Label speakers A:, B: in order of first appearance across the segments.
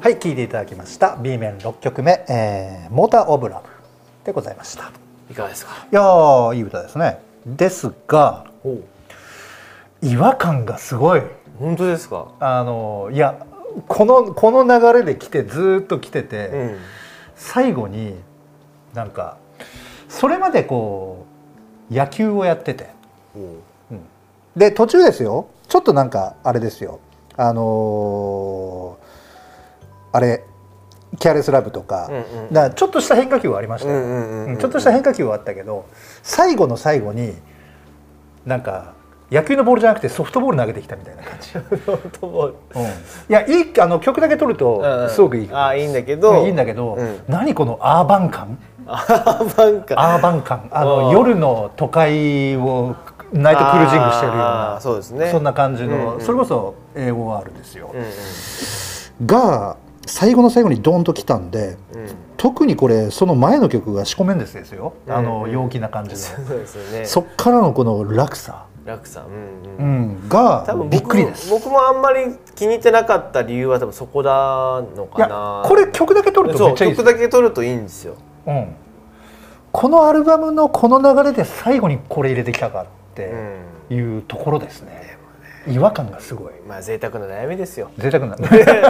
A: はい聞いていただきました B 面6曲目、えーモーターオブラブでございましたい
B: いかがですか
A: やーいい歌ですねですが
B: おう
A: 違和感がすごい
B: 本当ですか
A: あのいやこのこの流れで来てずーっと来てて、
B: うん
A: 最後になんかそれまでこう野球をやってて
B: おう
A: で途中ですよちょっとなんかあれですよあのーあれキャレスラブとか,、
B: うんうんうん
A: だからちょっとした変化球はありましたよ、
B: うんうんうんうん
A: ちょっとした変化球はあったけど最後の最後になんか野球のボールじゃなくてソフトボール投げてきたみたいな感じ、
B: ソフトボール
A: うんいやいいあの曲だけ取る
B: うんう
A: と
B: ん
A: すごくいい、
B: ああいいんだけど
A: いいんだけど、
B: うん
A: 何このアーバン感
B: あーなんか
A: アーバン感あ
B: あ
A: の
B: ー
A: 夜の都会をナイトクルージングしてるよう
B: あー
A: な
B: そうですね
A: んな感じの、
B: うんうん
A: それこそ英語はあるですよ、
B: うんうん
A: が最後の最後にドンと来たんで特にこれその前の曲が「四股面です」ですよ、あ
B: うん
A: の
B: うん
A: 陽気な感じの、
B: うんそうですよね
A: そっからのこの落差、
B: 楽さんうんうん
A: うん、が
B: 多分僕
A: びっくりです
B: 僕もあんまり気に入ってなかった理由は多分そこなの
A: い
B: か
A: や
B: な
A: これ曲だけ取ると
B: そ
A: め
B: う
A: っちゃいいです
B: 曲だけ取るといいんですよ
A: うん、このアルバムのこの流れで最後にこれ入れてきたかっ
B: う
A: て
B: ん
A: いうところですね、違和感がすごい
B: まあ贅沢な悩みで すよ
A: 贅沢なんだ、
B: 贅沢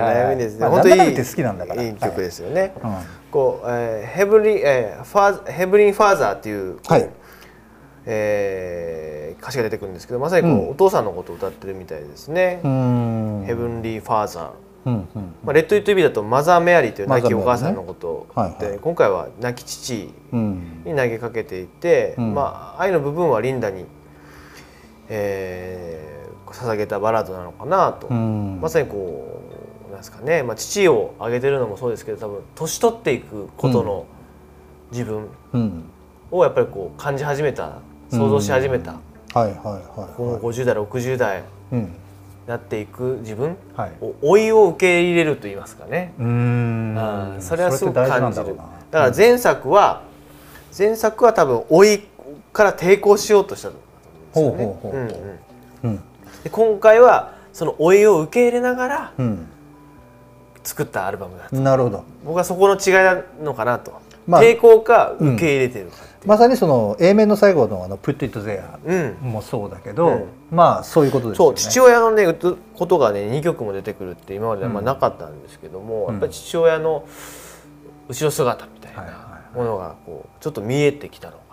B: な悩みですね
A: はいはいはい
B: 本当に
A: まあ生々し
B: いい
A: くて好きなんだから
B: いい曲ですよね
A: うん、
B: こうヘブリえーファーヘブリンファーザーっていう
A: はい
B: えー歌詞が出てくるんですけどまさにこう、
A: うん
B: お父さんのことを歌ってるみたいですね
A: うーん
B: 「ヘブンリー・ファーザー」
A: うんうん
B: まあ、レッド・イット・イビーだと「マザー・メアリー」という
A: マザー
B: 亡き
A: メアリーね
B: お母さんのことを言って、
A: はいはい
B: 今回は亡き父
A: うん
B: に投げかけていて、
A: うん
B: まあ、愛の部分はリンダに、えー捧げたバラードなのかなと、
A: うん
B: まさにこうなんですかね、まあ、父を挙げてるのもそうですけど多分年取っていくことの自分
A: うん
B: をやっぱりこう感じ始めた想像し始めた。
A: はいはいはい
B: こ
A: は
B: の
A: い
B: 50代60代に
A: うん
B: なっていく自分
A: はい
B: を老いを受け入れると言いますかね、
A: うー
B: うんんそれはすごく感じ
A: それって大事
B: るだ
A: なんだろう
B: から前作は前作は多分老いから抵抗しようとしたんですよね
A: ほうほうほうほう
B: うんうん
A: なうん
B: で今回はその老いを受け入れながら
A: うん
B: 作ったアルバムだ
A: なるほど
B: 僕はそこの違いなのかなと、
A: まあ
B: 抵抗か受け入れてるかっていう、
A: まさにその A 面の最後のあの「Put It There
B: うん」
A: もそうだけど、
B: うん
A: まあそういうことです
B: そ
A: よ
B: う
A: ね
B: 父親のねうつことがね2曲も出てくるって今まであんまなかったんですけども、
A: うん
B: やっぱり父親の後ろ姿みたい
A: はいは
B: なものがこうちょっと見えてきたのか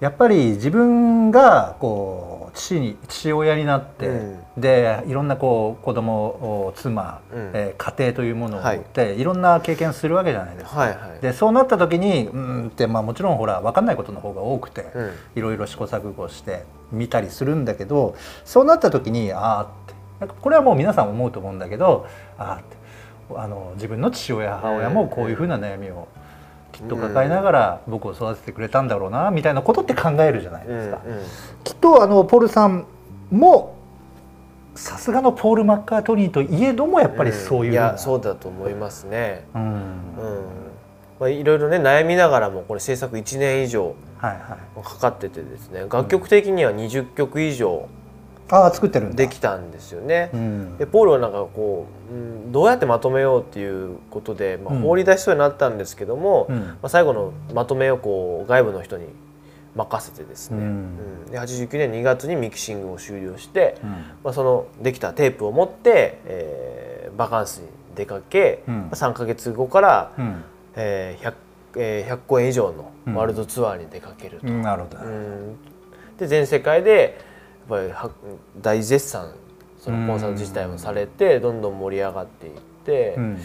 A: やっぱり自分がこう父に父親になって、
B: う
A: でいろんなこう子供お妻、
B: うん
A: えー家庭というものを持
B: は
A: っ
B: い
A: て、い、ろんな経験するわけじゃないです
B: な。
A: か。
B: はいはい。
A: でそうなった時にうーんって、まあ、もちろんほら分かんないことの方が多くて、
B: うん
A: いろいろ試行錯誤して見たりするんだけどそうなった時にああってなんかこれはもう皆さん思うと思うんだけどああってあの自分の父親母親もこういうふうな悩みをきっと抱えながら僕を育ててくれたんだろうなみたいなことって考えるじゃないですか。きっとあのポールさんもさすがのポール・マッカートニーといえどもやっぱりそういう
B: い
A: ような
B: やそうだと思いますね。
A: うん
B: うん。まあいろいろね悩みながらもこれ制作1年以上
A: はいはい
B: かかっててですね。楽曲的には20曲以上
A: ああ作ってるんだ
B: できたんですよね。
A: うん
B: でポールはなんかこう、うん、どうやってまとめようっていうことで、まあ
A: うん
B: 放り出しそうになったんですけども、
A: うん
B: まあ、最後のまとめをこう外部の人に任せてですね、
A: う
B: うんんで89年2月にミキシングを終了して、
A: うん
B: まあ、そのできたテープを持って、えーバカンスに出かけ、
A: うん
B: まあ3か月後から、
A: うん
B: えー 100, えー100公演以上のワールドツアーに出かけると。
A: なるほど、
B: うんで全世界でやっぱりは大絶賛そのコンサート自体もされてどんどん盛り上がっていって、
A: うん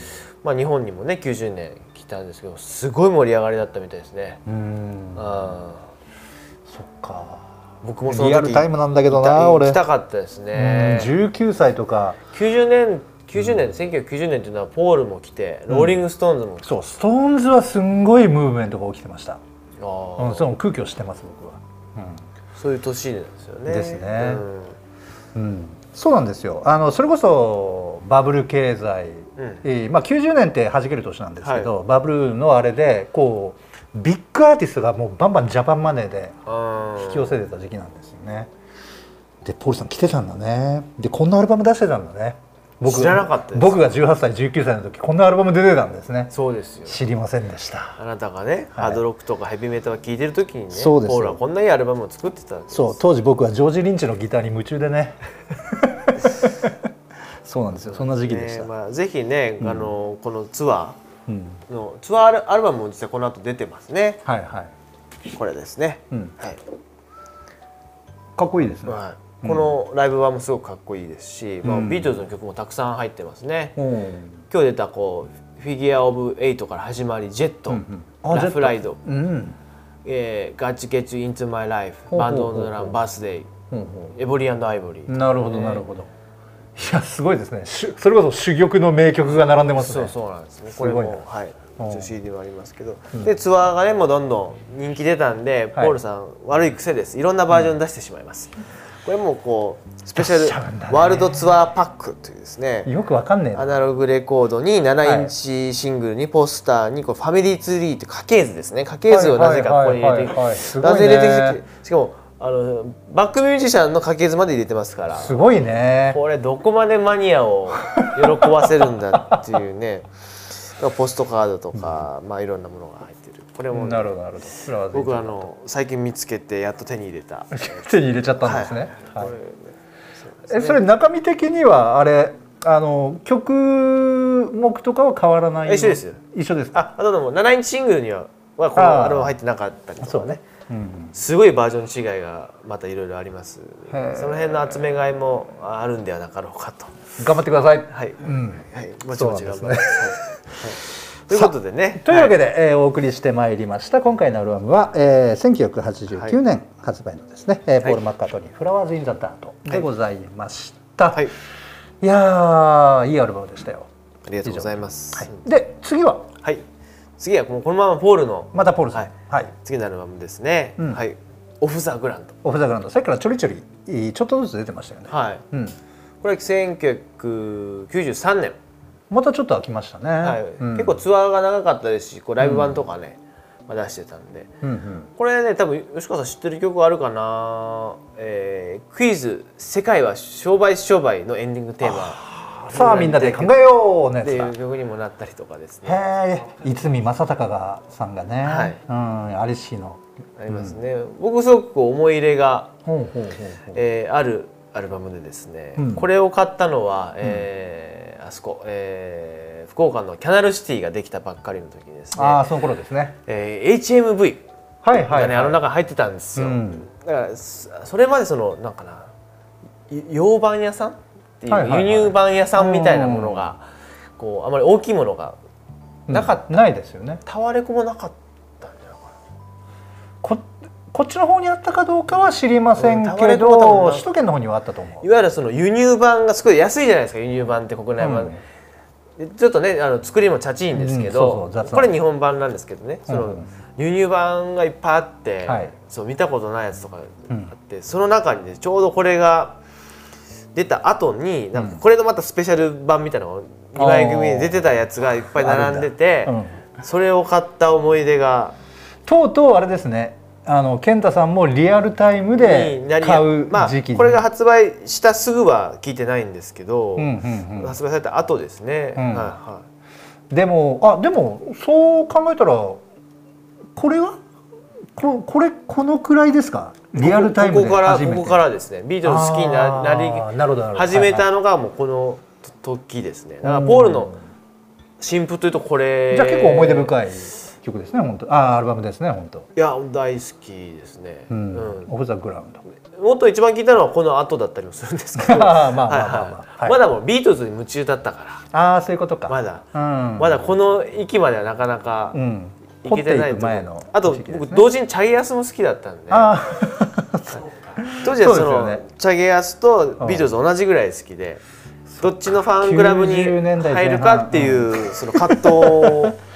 B: まあ、日本にもね90年来たんですけどすごい盛り上がりだったみたいですね。
A: うん
B: あ
A: そっか
B: ー僕もその時
A: リアルタイムなんだけど
B: 行き
A: な
B: た
A: 俺
B: 行きたかったですね。
A: うん19歳とか
B: 90年90年、1990年っていうのはポールも来てローリング・ストーンズも来て、
A: そうストーンズはすんごいムーブメントが起きてました、
B: あー
A: うん、その空気を知ってます僕は、
B: そういう年なんですよね。
A: ですね
B: うん
A: うんうん、そうなんですよあのそれこそバブル経済、
B: うん
A: えーまあ、90年って弾ける年なんですけど、バブルのあれでこうビッグアーティストがもうバンバンジャパンマネーで
B: あー
A: 引き寄せてた時期なんですよね。でポールさん来てたんだねでこんなアルバム出してたんだね僕
B: 知らなかったです
A: 僕が18歳19歳の時こんなアルバム出てたんですね
B: そうですよ
A: 知りませんでした
B: あなたがね、
A: はい
B: ハードロックとかヘビメタを聴いてる時にね
A: そうですよ
B: ポールはこんないいアルバムを作ってたんです
A: そう当時僕はジョージ・リンチのギターに夢中で ねそうなんですよそんな時期でした、
B: ねまあ、ぜひね、あのこのツア
A: うん、
B: ーのツアーアルアルバムも実はこの後出てますね
A: はいはい、
B: これですね、
A: うん、
B: はい
A: かっこいいですね、
B: まあ、このライブはもすごくかっこいいですし、まあ、
A: うん
B: ビートルズの曲もたくさん入ってますね、
A: うん
B: 今日出たこうフィギュア・オブ・エイトから始まりジェット、
A: うんうんあ
B: ラフライド
A: うん
B: えー、ガチケチイントゥマイライフ
A: ほうほう
B: バン
A: ほ
B: ド
A: うほう
B: のランバースデイ
A: ほうほ
B: エボリーアイボリー
A: うなるほどなるほど、いやすごいですねしゅそれこそ珠玉の名曲が並んでます
B: そ
A: ね
B: うそうなんですね。こ
A: ごい
B: れ
A: な
B: もはい。
A: うん
B: 一応 CD もありますけど、でツアーがねもうどんどん人気出たんで、
A: はい
B: ポールさん悪い癖です。いろんなバージョン出してしまいます。これもこうスペシャ
A: 出しちゃうん
B: ル
A: だね
B: ワールドツアーパックというですね。
A: よくわかんねえ
B: ア
A: な
B: ナログレコードに7イン
A: は
B: チシングルにポスターにこうファミリーツリーって家系図ですね家系図をなぜかここに入れ
A: は
B: て
A: いはいはいはいすごいね
B: なぜ入れてきてしかもあのバックミュージシャンの家系図まで入れてますから
A: すごいね
B: これどこまでマニアを喜ばせるんだっていうね ポストカードとか、まあいろんなものが入ってるこれも、
A: なるほどなるほどそれは
B: 僕あの最近見つけてやっと手に入れた、
A: 手に入れちゃったんですね、はい
B: これ
A: えそれ中身的にはあれあの曲目とかは変わらない
B: 一緒ですよ
A: 一緒ですか
B: ああとでも7インチシングルにははこ
A: あ
B: の
A: ー
B: アルバム入ってなかったりと
A: そ
B: か
A: う
B: ね
A: ね、うん、
B: すごいバージョン違いがまたいろいろあります
A: へー
B: その辺の集め買いもあるんではなかろうかと
A: 頑張ってください、
B: はい、
A: うん、
B: はい、もち
A: そう
B: もち
A: なんで
B: 頑
A: す
B: 張
A: ね
B: ります、はいはいということでね
A: というわけで、えーお送りしてまいりました今回のアルバムは、えー1989年発売のですね、えーポール・マッカートニー「フラワーズ・イン・ザ・ダート」でございました、、
B: はいい、
A: やーいいアルバムでしたよ、
B: ありがとうございます、
A: はい、で次は
B: はい。次はもうこのままポールの
A: またポールさん
B: はい
A: はい、
B: 次のアルバムですね。
A: うん
B: はい。オフザグランド。
A: オフ・ザ・グラウンドさっきからちょりちょりいいちょっとずつ出てましたよね、
B: はい。
A: うん、
B: これ1993年。
A: またちょっと飽きましたね、
B: はい。
A: うん
B: 結構ツアーが長かったですし、こうライブ版とかね、まあ出してたんで。
A: うんうん
B: これね多分吉川さん知ってる曲あるかな、えークイズ「世界は商売商売」のエンディングテーマ
A: さあみんなで考えようのや
B: って
A: つ
B: い
A: だ
B: う曲にもなったりとかですね
A: へえ逸見正隆がさんがね、
B: はい
A: うんアリシーの
B: ありますね、僕すごくこう思い入れが
A: ほうほうほうほう
B: えーあるアルバムでですね、
A: うん
B: これを買ったのは、えーあそこ、えー福岡のキャナルシティができたばっかりの時にです
A: あ
B: ね
A: あ、その頃ですね
B: えー HMV
A: はいはい、
B: がね、
A: はい、
B: あの中に入ってたんですよ、
A: うん
B: だからそそれまでそのなんかない洋版屋さんっていう、
A: はいはいはい、
B: 輸入版屋さんみたいなものがこうあまり大きいものがなかった
A: ないですよね
B: タワレコもなかったんじゃないか
A: ここっちの方にあったかどうかは知りません
B: うんタワ
A: け
B: レコも多分
A: ど、
B: な
A: 首都圏の方にはあったと思
B: ないわゆるその輸入版がすごい安いじゃないですか輸入版って国内版、
A: うん
B: でちょっとねあの作りもチャチいんですけ
A: うんそうそう
B: ど、
A: 雑なんです
B: これ日本版なんですけどねそ
A: うん
B: の輸入版がいっぱいあって、
A: はい
B: そう見たことないやつとかあ
A: うん
B: って、その中にねちょうどこれが出た後になんかこれのまたスペシャル版みたいなの
A: あ
B: 2
A: ー
B: 枚組で出てたやつがいっぱい並んでて
A: あるんだ
B: それを買った思い出が
A: うとうとうあれですねあの健太さんもリアルタイムで
B: になり
A: 買う
B: まあ
A: 時期に
B: これが発売したすぐは聞いてないんですけど、
A: うんうんうん
B: 発売された後ですね、
A: うん
B: はいはい
A: でもあでもそう考えたらこれはここれこのくらいですかリアルタイムで
B: ここから
A: 初め
B: こ
A: て
B: こからですねビートルズ好きにななり
A: なるほどなるほど
B: 始め
A: は
B: たのがもうこの時ですねだ
A: い
B: か
A: はい
B: らポールの新譜というとこ
A: う
B: れ
A: んじゃあ結構思い出深い曲ですね本当あーアルバムですね本当
B: いや大好きですね、
A: う、
B: うんん
A: オフザグラウンド
B: もっと一番聞いたのはこの後だったりもするんですけどはい
A: あー まあまあまあまあ、
B: はいまだもうビートルズに夢中だったか
A: ああそういうことから
B: まだ、
A: うん
B: まだこの域まではなかなか
A: うん
B: 行
A: 掘
B: け
A: って
B: て
A: い
B: ない
A: く
B: と思う
A: 前の
B: あと
A: 時期ですね
B: 僕同時にチャゲアスも好きだったんで
A: あ
B: 当時は
A: そうで
B: その
A: すよね
B: チャゲアスとビートルズ同じぐらい好きで、どっちのファンクラブに
A: 90年代前半
B: 入るかっていうその葛藤を
A: ー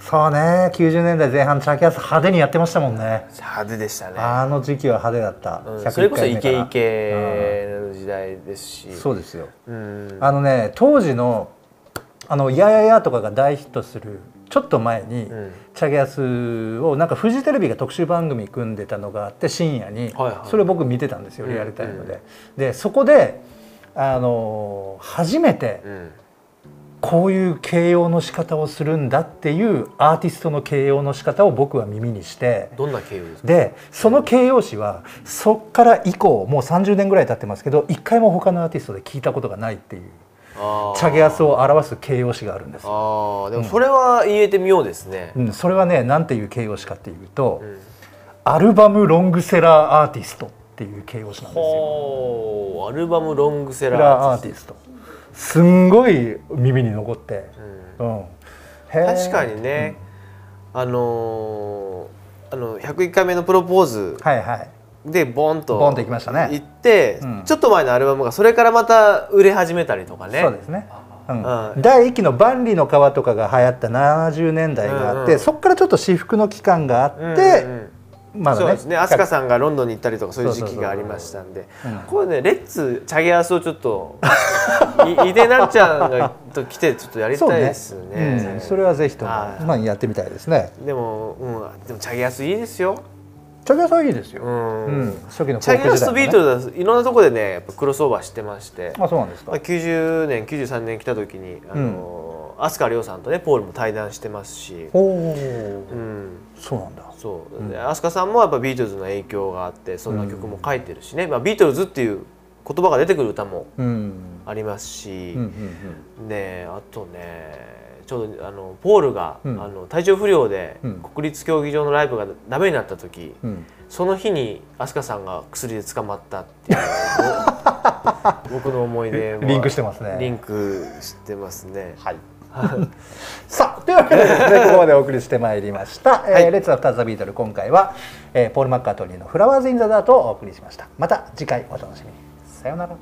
A: そうね90年代前半チャキアス派手にやってましたもんね
B: 派手でしたね、
A: あの時期は派手だった、
B: うん
A: 101
B: それこそ
A: 回
B: イ
A: 目から
B: ケイケの時代ですし、
A: そうですよ
B: うん
A: あのね当時の「あのややや」とかが大ヒットするちょっと前に、
B: ん
A: チャゲアスをなんかフジテレビが特集番組組んでたのがあって深夜に、
B: はいはい
A: それを僕見てたんですよリアルタイム
B: うん
A: で。でそこであの初めて
B: うん
A: こういう形容の仕方をするんだっていうアーティストの形容の仕方を僕は耳にして
B: どんな形容ですか
A: でその形容詞はそっから以降もう30年ぐらい経ってますけど一回も他のアーティストで聞いたことがないっていう
B: あー
A: チャゲアスを表す形容詞があるんですよ。
B: ああでもそれは言えてみようですね、
A: うん、それはね何ていう形容詞かっていうと、
B: うん
A: アルバムロングセラーアーティストっていう形容詞なんですよ。
B: ほうアルバムロングセ
A: セラー
B: ラ
A: ア
B: ー
A: ーティストすんごい耳に残って、うんへー
B: 確かにね、あのーあの101回目のプロポーズ
A: はいはい
B: でボンと
A: ボンと行きましたね
B: 行って、
A: うん
B: ちょっと前のアルバムがそれからまた売れ始めたりとかね
A: そうですね。うん
B: はい
A: 第1期の「万里の川」とかが流行った70年代があって、
B: うんうん
A: そこからちょっと私服の期間があっ
B: うんうん
A: て、まだね
B: そうですね飛鳥さんがロンドンに行ったりとかそういう時期がありましたんで
A: そうそうそう
B: これねレッツチャゲアスをちょっとい井出なっちゃんがと来てちょっとやりたいです
A: そう
B: ね
A: うんそれはぜひとも、
B: はい
A: まあ、やってみたいですね
B: でも、うん、でもチャゲアスいいですよ。
A: チャゲアスはいいですよ、
B: う。
A: うんん初期の
B: チャゲアスとビート
A: ル
B: ルズはいろんなところでね、やっぱクロスオーバーしてまして、ま
A: あそうなんですか、
B: あ、90年、93年来た時に、あの、飛鳥涼さんとね、ポールも対談してますし、
A: おお
B: うん。
A: そうなんだ
B: そう。で飛鳥さんもやっぱビートルズの影響があって、そんな曲も書いてるしね、まあビートルズっていう言葉が出てくる歌も
A: うん
B: ありますし
A: うんう、ん
B: ねあとねちょうどあのポールが、
A: うん
B: あの体調不良で
A: うん
B: 国立競技場のライブがダメになった時、
A: うんうん
B: その日に飛鳥さんが薬で捕まったっていうのを僕の思い出は
A: リンクしてますね
B: リンクしてますね
A: はい。 さあというわけでですねここまでお送りしてまいりました「
B: はい
A: えーレッツ・アフター・ザ・ビートル」今回は、えーポール・マッカートニーの「フラワーズ・イン・ザ・ダート」をお送りしましたまた次回お楽しみにさようなら